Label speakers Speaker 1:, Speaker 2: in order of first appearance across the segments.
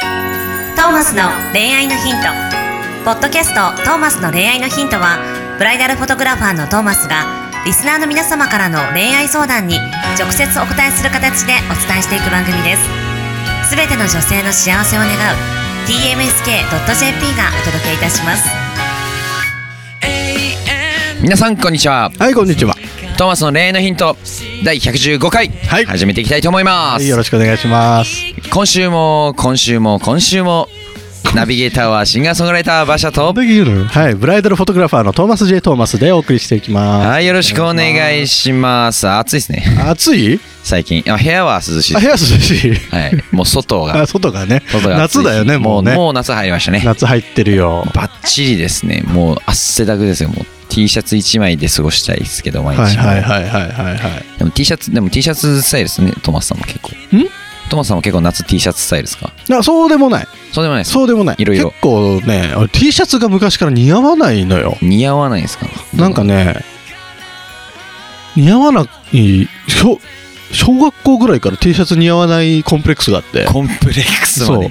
Speaker 1: トーマスの恋愛のヒント」ポッドキャスト「トーマスの恋愛のヒントは」ブライダルフォトグラファーのトーマスがリスナーの皆様からの恋愛相談に直接お答えする形でお伝えしていく番組ですすべての女性の幸せを願う tmsk.jp がお届けいたします
Speaker 2: 皆さんこんにちは
Speaker 3: はい、こんにちは。
Speaker 2: トーマスの恋愛のヒント第115回、
Speaker 3: はい
Speaker 2: 始めていきたいと思いま
Speaker 3: は
Speaker 2: す、
Speaker 3: い、よろしくお願いします。
Speaker 2: 今週も今週も今週もナビゲーターはシンガーソングライター馬車と
Speaker 3: はい、ブライダルフォトグラファーのトーマス J トーマスでお送りしていきます。
Speaker 2: はいよろしくお願いします暑いですね
Speaker 3: 暑い？
Speaker 2: 最近あ部屋は涼しい
Speaker 3: あ、
Speaker 2: で
Speaker 3: 部
Speaker 2: す
Speaker 3: 屋涼しい。
Speaker 2: はいもう外が
Speaker 3: あ、外がね。
Speaker 2: 外が暑い
Speaker 3: 夏だよね、もうね。
Speaker 2: もう夏入りましたね
Speaker 3: 夏入ってるよ。
Speaker 2: バッチリですねもう汗だくですよもう T シャツ1枚で過ごしたいですけど毎日、
Speaker 3: はいはいはいはいはいは
Speaker 2: でも T シャツでも T シャツスタイルですねトマスさんも結構
Speaker 3: ん
Speaker 2: トマスさんも結構夏 T シャツスタイルですか
Speaker 3: い。な、そうでもない。
Speaker 2: そうでもないですか
Speaker 3: そうでもない。
Speaker 2: いろいろ
Speaker 3: 結構ね、俺 T シャツが昔から似合わないのよ。
Speaker 2: 似合わないんですか
Speaker 3: なんかね、似合わない小小学校ぐらいから T シャツ似合わないコンプレックスがあって、
Speaker 2: コンプレックスま
Speaker 3: そう
Speaker 2: で。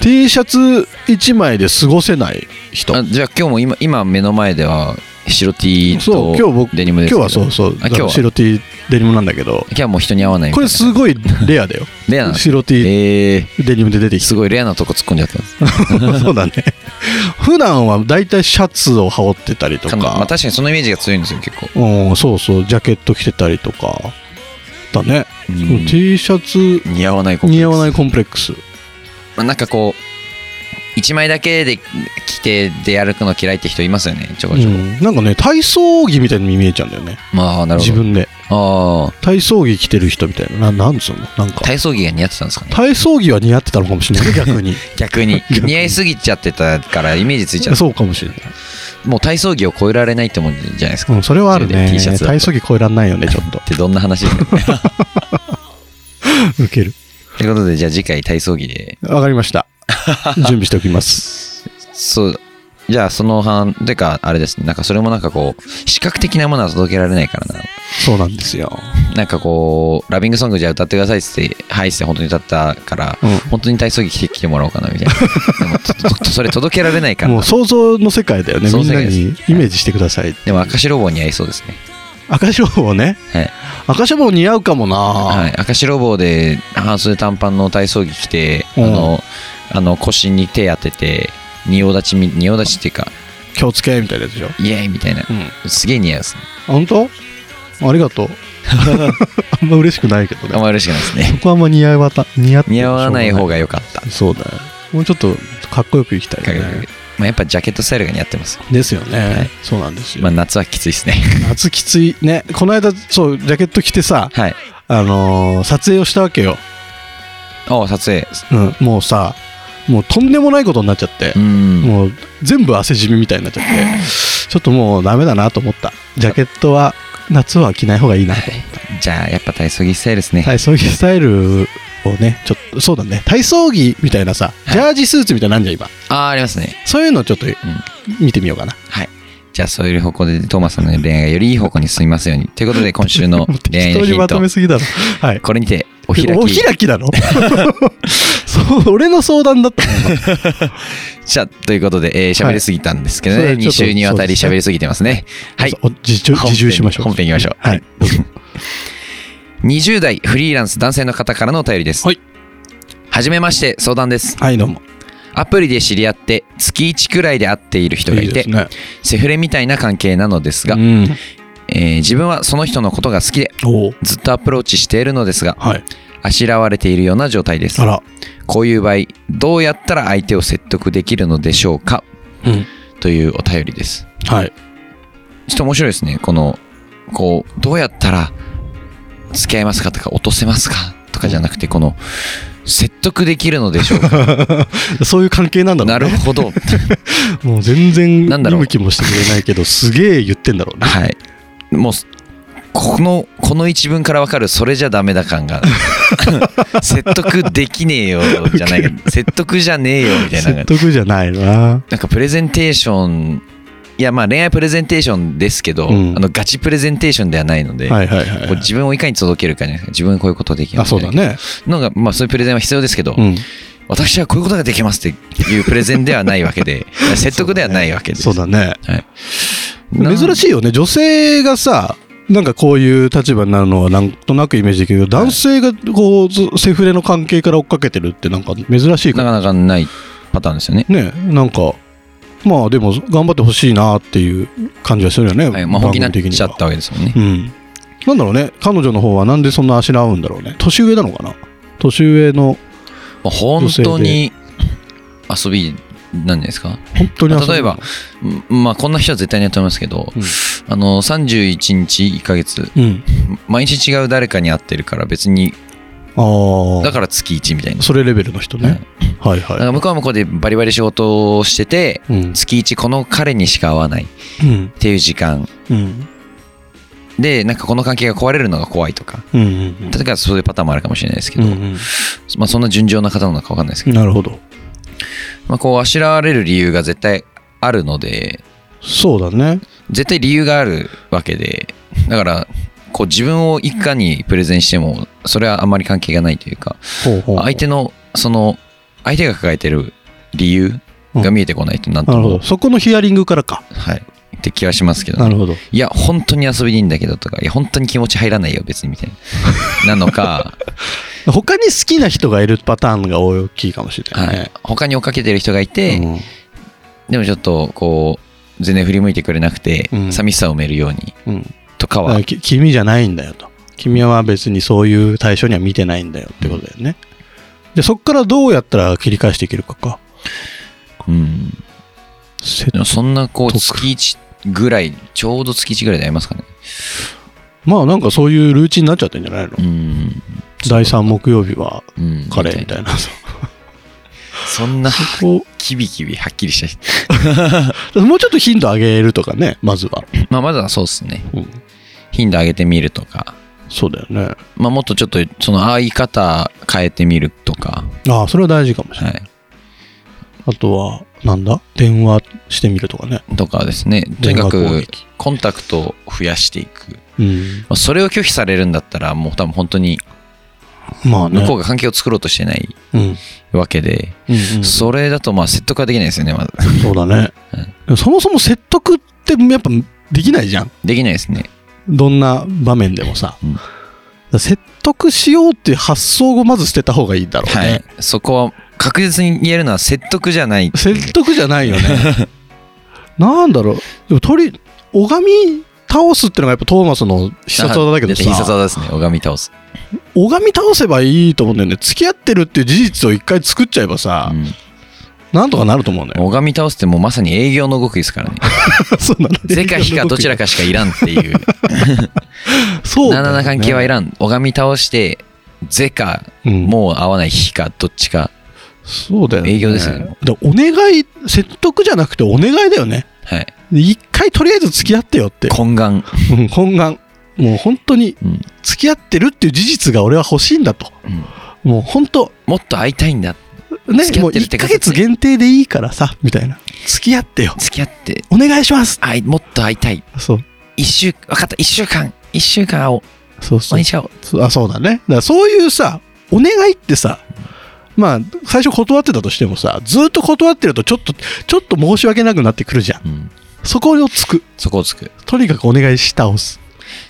Speaker 3: T シャツ一枚で過ごせない人。
Speaker 2: あじゃあ今日も今今目の前では白 T
Speaker 3: そう今日
Speaker 2: と
Speaker 3: 僕
Speaker 2: デニムですけど
Speaker 3: 今日はそうそう
Speaker 2: あ今日は
Speaker 3: 白 T デニムなんだけど
Speaker 2: 今日はもう人に合わないみ
Speaker 3: こ
Speaker 2: たい
Speaker 3: れ
Speaker 2: な
Speaker 3: すごいレアだ よ
Speaker 2: レアな
Speaker 3: 白 T
Speaker 2: えー
Speaker 3: デニムで出てき
Speaker 2: すごいレアなとこ突っ込んじゃったんです
Speaker 3: た そうだね普段はだいたいシャツを羽織ってたりと
Speaker 2: か
Speaker 3: か
Speaker 2: まあ確かにそのイメージが強いんですよ結構
Speaker 3: うんそうそうジャケット着てたりとかだね、
Speaker 2: うん
Speaker 3: そう T シャツ
Speaker 2: 似合わないコンプレックス
Speaker 3: 似合わないコンプレックス
Speaker 2: まあ、なんかこう一枚だけで着て出歩くの嫌いって人いますよねちょこ
Speaker 3: う
Speaker 2: ちょこ、
Speaker 3: ん、なんかね体操着みたいに見えちゃうんだよね
Speaker 2: まあなるほ
Speaker 3: 自
Speaker 2: ど
Speaker 3: 分で
Speaker 2: ああ
Speaker 3: 体操着着てる人みたいなななんつうのなんか
Speaker 2: 体操着が似合ってたんですかね
Speaker 3: 体操着は似合ってたのかもしれない 逆に
Speaker 2: 逆に
Speaker 3: 逆に
Speaker 2: 似合いすぎちゃってたからイメージついちゃっ
Speaker 3: そうかもしれない
Speaker 2: たもう体操着を超えられないって思うんじゃないですか、
Speaker 3: うん、それはあるね。
Speaker 2: T シャツだと
Speaker 3: 体操着超えらんないよね、ちょっと
Speaker 2: っ。てどんな話です かね
Speaker 3: 受ける。
Speaker 2: ということでじゃあ次回体操着で
Speaker 3: わかり ました。準備しておきます。
Speaker 2: そうじゃあその半てかあれですねなんかそれもなんかこう視覚的なものは届けられないからな
Speaker 3: そうなんですよ。
Speaker 2: なんかこうラビングソングじゃあ歌ってくださいっつってはいっつって本当に歌ったから
Speaker 3: う
Speaker 2: 本当に体操着着てきてもらおうかなみたい なでもちょっとそれ届けられないか
Speaker 3: ん、も
Speaker 2: ら
Speaker 3: う想像の世界だよね。
Speaker 2: 想像
Speaker 3: み
Speaker 2: の
Speaker 3: ん
Speaker 2: 世界で
Speaker 3: な
Speaker 2: す
Speaker 3: にイメージしてください。
Speaker 2: でも赤白棒に合いそうですね
Speaker 3: 赤白帽ね。
Speaker 2: はい、
Speaker 3: 赤白帽似合うかもな、
Speaker 2: はい、赤白棒で半袖短パンの体操着着て、
Speaker 3: うん
Speaker 2: あのあの腰に手当てて仁王立ちみ仁王立ちっていうか
Speaker 3: 気をつけみたいなやつでしょ。
Speaker 2: イエーイみたいな
Speaker 3: うん。
Speaker 2: すげえ似合うですね
Speaker 3: 本当あり がとう。あんま嬉しくないけど
Speaker 2: あん
Speaker 3: ね。
Speaker 2: ま嬉しくないです ね
Speaker 3: そこはあんま似合わた似合って
Speaker 2: 似合わない方
Speaker 3: が
Speaker 2: が良かったか
Speaker 3: そうだよ。もうちょっとかっこよくいきたい
Speaker 2: っこ
Speaker 3: よ
Speaker 2: よ
Speaker 3: ね
Speaker 2: く。まあ、やっぱジャケットスタイルが似合ってます
Speaker 3: ですよね、
Speaker 2: はい
Speaker 3: そうなんですよ。
Speaker 2: まあ夏はきつい ですね
Speaker 3: 夏きついねこの間そうジャケット着てさ
Speaker 2: はい
Speaker 3: あのー撮影をしたわけよ、
Speaker 2: お撮影
Speaker 3: うん、もうさもうとんでもないことになっちゃって
Speaker 2: う、ん
Speaker 3: もう全部汗染みみたいになっちゃってちょっともうダメだなと思ったジャケットは夏は着ない方がいいなと
Speaker 2: じゃあやっぱ体操着スタイルですね、
Speaker 3: 体操着スタイルをねちょっとそうだね体操着みたいなさジャージスーツみたいなのあんじゃん今
Speaker 2: ああありますね
Speaker 3: そういうのちょっと見てみようかな
Speaker 2: はい。じゃあそういう方向でトーマスさんの恋愛がよりいい方向に進みますように。ということで今週 の恋愛の
Speaker 3: 適当
Speaker 2: ヒ
Speaker 3: に
Speaker 2: ン
Speaker 3: まと
Speaker 2: ト
Speaker 3: め。すぎだろはい
Speaker 2: これにてお開き。
Speaker 3: お開き なのそう俺の相談だったの今
Speaker 2: じゃあということで、えー、喋りすぎたんですけどね、
Speaker 3: はいそれ
Speaker 2: 2
Speaker 3: はちょっと
Speaker 2: 週にわたり
Speaker 3: そうです
Speaker 2: 喋
Speaker 3: ね
Speaker 2: りすぎてますね。はい。
Speaker 3: お自重自重しましょう。
Speaker 2: 本編行きましょう
Speaker 3: はい。
Speaker 2: 20代フリーランス男性の方からのお便りです。
Speaker 3: はい。
Speaker 2: はじめまして、相談です。
Speaker 3: はい、どうも。
Speaker 2: アプリで知り合って、月1くらいで会っている人がいて、
Speaker 3: ですね。
Speaker 2: セフレみたいな関係なのですが、
Speaker 3: うん。
Speaker 2: えー自分はその人のことが好きで、
Speaker 3: おお。
Speaker 2: ずっとアプローチしているのですが、
Speaker 3: はい。
Speaker 2: あしらわれているような状態です
Speaker 3: あ。ら。
Speaker 2: こういう場合、どうやったら相手を説得できるのでしょうか
Speaker 3: うん。
Speaker 2: というお便りです。
Speaker 3: はい。
Speaker 2: ちょっと面白いですね。この、こう、どうやったら付き合いますかとか、落とせますかとかじゃなくて、この、説得できるのでしょうか
Speaker 3: そういう関係 なんだろ
Speaker 2: な
Speaker 3: う
Speaker 2: る
Speaker 3: ね。
Speaker 2: ほど。
Speaker 3: もう全然
Speaker 2: なんだろ
Speaker 3: 見
Speaker 2: う
Speaker 3: 向きもしてくれないけど、すげえ言ってんだろうね。
Speaker 2: はい。もう、この、この一文からわかる、それじゃダメだ感が。 説得できねえよ、じゃ ない。説得じゃねえよ、みたいなのが
Speaker 3: 説。得じゃないな。
Speaker 2: なんかプレゼンテーションいやまあ恋愛プレゼンテーションですけど、
Speaker 3: うん
Speaker 2: あのガチプレゼンテーションではないので、
Speaker 3: はいはいは
Speaker 2: こう
Speaker 3: い。
Speaker 2: 自分をいかに届けるかじゃないですか自分こういうことできる
Speaker 3: あ、そうだね。
Speaker 2: のがまあそういうプレゼンは必要ですけど、
Speaker 3: うん。
Speaker 2: 私はこういうことができますっていうプレゼンではないわけ で説得ではないわけです
Speaker 3: そうだね。
Speaker 2: な
Speaker 3: 珍しいよね。女性がさ、なんかこういう立場になるのはなんとなくイメージできるけど、男性がこうず、セフレの関係から追っかけてるってなんか珍しいか
Speaker 2: な
Speaker 3: ら
Speaker 2: かなかないパターンですよね、
Speaker 3: ね。なんか、まあでも頑張ってほしいなっていう感じはするよね。
Speaker 2: はいまあ、本気になっ
Speaker 3: 番組的
Speaker 2: ちゃ
Speaker 3: は
Speaker 2: ったわけですもんね
Speaker 3: うん。なんだろうね。彼女の方はなんでそんなあしらうんだろうね。年上なのかな年上の、
Speaker 2: まあ本当に遊びなんですか
Speaker 3: 本当に遊び
Speaker 2: 例えば、うんまあ、こんな人は絶対にやってますけど、
Speaker 3: うん
Speaker 2: あの31日1ヶ月
Speaker 3: うん。
Speaker 2: 毎日違う誰かに会ってるから別に
Speaker 3: ああ。
Speaker 2: だから月1みたいな
Speaker 3: それレベルの人ね。はい
Speaker 2: だか
Speaker 3: は
Speaker 2: ら向こうは向こうでバリバリ仕事をしてて
Speaker 3: い。うん。
Speaker 2: 月1この彼にしか会わないっ
Speaker 3: うん。
Speaker 2: ていう時間
Speaker 3: うん。
Speaker 2: でなんかこの関係が壊れるのが怖いとか
Speaker 3: うんうん
Speaker 2: 例えばそういうパターンもあるかもしれないですけ
Speaker 3: う
Speaker 2: ど、
Speaker 3: ん。
Speaker 2: まあ、そんな純情な方なのか分かんないですけ
Speaker 3: うん
Speaker 2: ど、
Speaker 3: なるほど。
Speaker 2: まあ、こうあしらわれる理由が絶対あるので
Speaker 3: そうだね。
Speaker 2: 絶対理由があるわけでだからこう自分をいかにプレゼンしてもそれはあまり関係がないというか
Speaker 3: ほうほうほう
Speaker 2: 相手のその相手が抱えてる理由が見えてこないとなんと
Speaker 3: なる
Speaker 2: も、
Speaker 3: ほど。そこのヒアリングからか。
Speaker 2: はいって気はしますけど、
Speaker 3: な
Speaker 2: ね、
Speaker 3: るほど。
Speaker 2: いや本当に遊びでいいんだけどとかいや本当に気持ち入らないよ別にみたいななのか、
Speaker 3: 他に好きな人がいるパターンが大きいかもしれな
Speaker 2: はいい
Speaker 3: ね。、
Speaker 2: 他に追っかけてる人がいて、
Speaker 3: うん
Speaker 2: でもちょっとこう全然振り向いてくれなくて、
Speaker 3: うん
Speaker 2: 寂しさを埋めるように
Speaker 3: うん。
Speaker 2: とか
Speaker 3: だか
Speaker 2: は
Speaker 3: らき君じゃないんだよと。君は別にそういう対象には見てないんだよってことだよね。で、そこからどうやったら切り返していけるかか。
Speaker 2: うん
Speaker 3: せ
Speaker 2: でもそんなこう
Speaker 3: 得
Speaker 2: 月1ぐらいちょうど月1ぐらいで会いますかね
Speaker 3: まあなんかそういうルーチンになっちゃってんじゃないの
Speaker 2: うん
Speaker 3: 第3木曜日は
Speaker 2: うん
Speaker 3: カレーみたいな。そ
Speaker 2: そんな
Speaker 3: こ
Speaker 2: キビキビはっきりした
Speaker 3: もうちょっと頻度上げるとかね、まずは。
Speaker 2: まあまずはそうですね
Speaker 3: うん
Speaker 2: 頻度上げてみるとか
Speaker 3: そうだよね。
Speaker 2: まあもっとちょっとその会い方変えてみるとか
Speaker 3: ああ、それは大事かもしれない。
Speaker 2: はい
Speaker 3: あとは、なんだ電話してみるとかね。
Speaker 2: とかですねとにか
Speaker 3: 電話攻
Speaker 2: く
Speaker 3: 撃
Speaker 2: コンタクトを増やしていく、
Speaker 3: うん。
Speaker 2: まあ、それを拒否されるんだったらもう多分本当に
Speaker 3: まあね。
Speaker 2: 向こうが関係を作ろうとしてない
Speaker 3: うん。うん
Speaker 2: わけで、
Speaker 3: うんそ
Speaker 2: それだとまあ説得はできないですよねまだ
Speaker 3: うだね。そもそも説得ってやっぱできないじゃん。
Speaker 2: できないですね
Speaker 3: どんな場面でもさ。
Speaker 2: うん
Speaker 3: だから説得しようっていう発想をまず捨てた方がいいだろう
Speaker 2: は
Speaker 3: ね。
Speaker 2: いそこは確実に言えるのは説得じゃない
Speaker 3: 説得じゃないよね。 なんだろう。でも鳥、拝み倒すってのがやっぱトーマスの必殺技だけど
Speaker 2: 必殺
Speaker 3: さ、
Speaker 2: 技ですね拝み倒す、
Speaker 3: 拝み倒せばいいと思うんだよね。付き合ってるっていう事実を一回作っちゃえばさ
Speaker 2: う、ん
Speaker 3: なんとかなると思うね。
Speaker 2: 拝み倒すってもうまさに営業の動きですから ね
Speaker 3: そうなの
Speaker 2: 是か非かどちらかしかいらんっていう
Speaker 3: そうだ
Speaker 2: なな
Speaker 3: よね、
Speaker 2: な関係はいらん拝み倒して是か
Speaker 3: うん
Speaker 2: もう会わない日かどっちか
Speaker 3: そうだよ、ね。
Speaker 2: 営業ですよね
Speaker 3: でお願い、説得じゃなくてお願いだよね。
Speaker 2: はい
Speaker 3: で一回とりあえず付き合ってよって。
Speaker 2: 懇願、
Speaker 3: うん懇願。もう本当に
Speaker 2: うん
Speaker 3: 付き合ってるっていう事実が俺は欲しいんだと。
Speaker 2: うん
Speaker 3: もう本当、
Speaker 2: もっと会いたいんだ
Speaker 3: ね
Speaker 2: 付、き合
Speaker 3: もう
Speaker 2: ってるって
Speaker 3: 1
Speaker 2: こ
Speaker 3: ヶ
Speaker 2: とね
Speaker 3: 月限定でいいからさ、みたいな。付き合ってよ。
Speaker 2: 付き合って
Speaker 3: お願いします。
Speaker 2: 会いもっと会いたい
Speaker 3: そう。
Speaker 2: 一週分かった一週間一週間会おう
Speaker 3: そうそう
Speaker 2: 毎。日会おう
Speaker 3: そうあそうだね。だからそういうさ、お願いってさ、まあ、最初断ってたとしてもさ、ずっと断ってるとちょっと、ちょっと申し訳なくなってくるじゃ
Speaker 2: う
Speaker 3: ん。
Speaker 2: ん
Speaker 3: そこをつく。
Speaker 2: そこをつく
Speaker 3: とにかくお願いし倒す。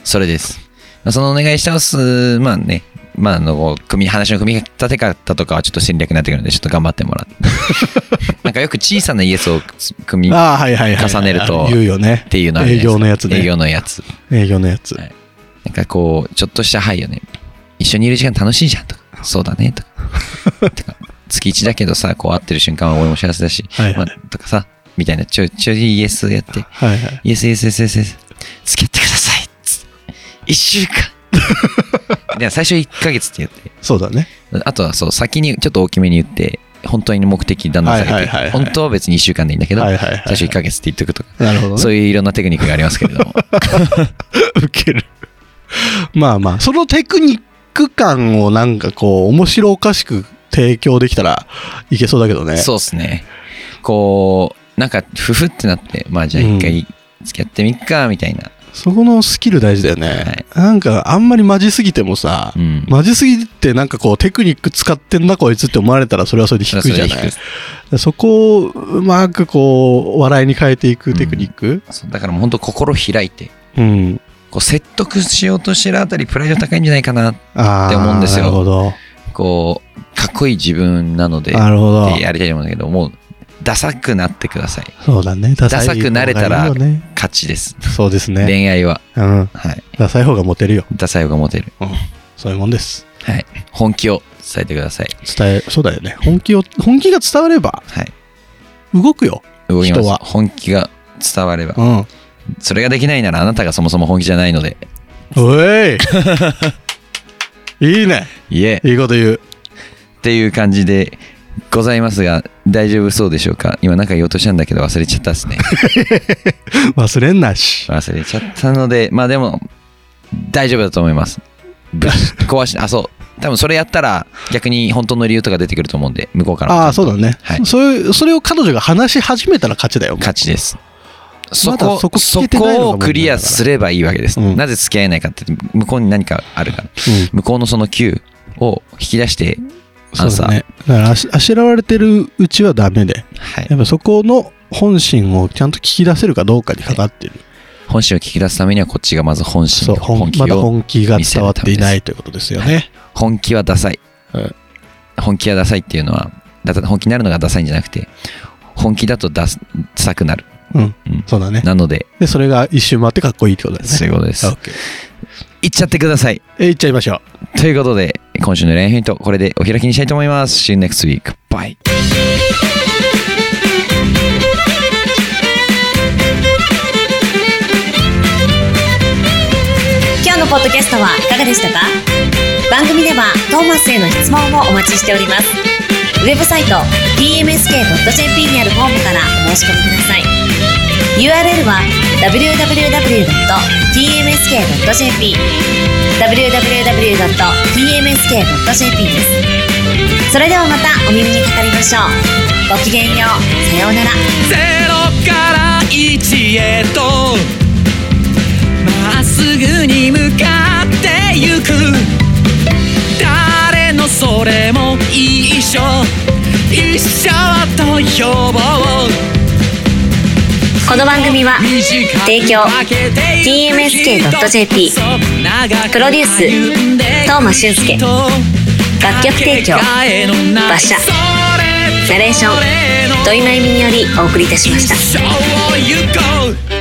Speaker 2: それです。まあそのお願いしたす、まあね、まあ、あの、こう組み、話の組み立て方とかはちょっと戦略になってくるので、ちょっと頑張っても らって。なんかよく小さなイエスを組みっ
Speaker 3: ああ、はいはいはい。
Speaker 2: 重ねると
Speaker 3: 言うよね。
Speaker 2: ていうのは
Speaker 3: 営業のやつね
Speaker 2: 営業のやつ。
Speaker 3: 営業のやつ
Speaker 2: は。いなんかこう、ちょっとしたはいよね。一緒にいる時間楽しいじゃんとか、そうだねとか。 とか月一だけどさ、こう会ってる瞬間は俺も幸せだし、
Speaker 3: はいはい
Speaker 2: まあ、とかさ、みたいな、ちょいちょいイエスやって、
Speaker 3: はいはい。
Speaker 2: イエスイエスイエスイエスイエス付き合ってくださいっつって一週 間で最初1ヶ月って言
Speaker 3: そうだね。
Speaker 2: ってあとはそう先にちょっと大きめに言って本当に目的だんだん下げて、
Speaker 3: はいはいはいはい
Speaker 2: 本当は別に1週間でいいんだけど、
Speaker 3: はいはいはい
Speaker 2: 最初1ヶ月って言っとくとか、
Speaker 3: なるほど
Speaker 2: そ
Speaker 3: ね。
Speaker 2: ういういろんなテクニックがありますけれども
Speaker 3: 受ける。まあまあ、そのテクニック感をなんかこう、面白おかしく提供できたらいけそうだけ どね。
Speaker 2: そうですねこうなんかふふってなってまあじゃあ1回付き合ってみっかみたいな、
Speaker 3: そこのスキル大事だよね、
Speaker 2: はい
Speaker 3: なんかあんまりマジすぎてもさ、
Speaker 2: うん
Speaker 3: マジすぎてなんかこうテクニック使ってんだこいつって思われたらそれはそれで低い
Speaker 2: そ
Speaker 3: じゃ
Speaker 2: れはそれ
Speaker 3: な
Speaker 2: で
Speaker 3: い
Speaker 2: 低
Speaker 3: そこをうまくこう笑いに変えていくテクニック、
Speaker 2: そうだからもう本当心開いて、
Speaker 3: うん、
Speaker 2: こう説得しようとしてるあたりプライド高いんじゃないかな。
Speaker 3: ああ
Speaker 2: って思うんですよ
Speaker 3: なるほど
Speaker 2: こう、かっこいい自分なので、
Speaker 3: なるほど
Speaker 2: ってやりたいと思うんだけど、もう、ダサくなってください。
Speaker 3: そうだねダ
Speaker 2: サくなれたら
Speaker 3: い方がいいよね
Speaker 2: 勝ちです。
Speaker 3: そうですね、
Speaker 2: 恋愛は。
Speaker 3: うん、
Speaker 2: はい。
Speaker 3: ダサい方がモテるよ、
Speaker 2: ダサい方がモテる。
Speaker 3: そういうもんです
Speaker 2: はい。本気を伝えてください。
Speaker 3: 伝えそうだよね本気を本気が伝われば
Speaker 2: はい。
Speaker 3: 動くよ、
Speaker 2: 動きま
Speaker 3: 人
Speaker 2: す
Speaker 3: は。
Speaker 2: 本気が伝われば
Speaker 3: う。ん、
Speaker 2: それができないならあなたがそもそも本気じゃないので。
Speaker 3: おいいいね
Speaker 2: いえ。
Speaker 3: いいこと言う
Speaker 2: っていう感じでございますが、大丈夫そうでしょうか今なんか言おうとしたんだけど忘れちゃったっすね。
Speaker 3: 忘れんなし
Speaker 2: 忘れちゃったので、まあでも、大丈夫だと思います。ぶっ壊し、あ、そう。多分それやったら逆に本当の理由とか出てくると思うんで、向こうからもちゃん
Speaker 3: あ
Speaker 2: と。
Speaker 3: あそうだね、
Speaker 2: はい
Speaker 3: そういうそれを彼女が話し始めたら勝ちだよ
Speaker 2: 勝ちです。そ
Speaker 3: まだ
Speaker 2: こ
Speaker 3: そこ
Speaker 2: そ
Speaker 3: 聞けてないのが問題だから
Speaker 2: こをクリアすればいいわけです、
Speaker 3: うん
Speaker 2: なぜ付き合えないかって向こうに何かあるから
Speaker 3: うん
Speaker 2: 向こうのその Q を引き出してあの
Speaker 3: そ
Speaker 2: さ、
Speaker 3: うだねだからあしあしらわれてるうちはダメで
Speaker 2: はい
Speaker 3: やっぱそこの本心をちゃんと聞き出せるかどうかにかかってる、
Speaker 2: 本心を聞き出すためにはこっちがまず本心
Speaker 3: そう
Speaker 2: 本
Speaker 3: 本
Speaker 2: 気
Speaker 3: まだ
Speaker 2: を
Speaker 3: 本気が伝わっていないということですよね、
Speaker 2: 本気はダサい、
Speaker 3: はい
Speaker 2: 本気はダサいっていうのはだ本気になるのがダサいんじゃなくて本気だとダサくなる
Speaker 3: うん
Speaker 2: うん
Speaker 3: そうだね
Speaker 2: なので
Speaker 3: でそれが一周回ってかっこいいってことです
Speaker 2: そう
Speaker 3: ね
Speaker 2: いうことです
Speaker 3: あ OK
Speaker 2: いっちゃってください
Speaker 3: えいっちゃいましょう
Speaker 2: ということで今週の恋愛ヒントこれでお開きにしたいと思います See you next week bye
Speaker 1: 今日のポッドキャストはいかがでしたか番組ではトーマスへの質問もお待ちしておりますウェブサイト tmsk.jp にあるフォームからお申し込みください URL は www.tmsk.jp www.tmsk.jp ですそれではまたお耳にかかりましょうごきげんようさようなら
Speaker 4: ゼロから一へとまっすぐに向かってゆく誰のそれも一緒一緒と呼ぼう
Speaker 1: この番組は提供 TMSK.jp プロデュース東間俊介楽曲提供馬車ナレーション土井真由美によりお送りいたしました
Speaker 4: 一生を行こう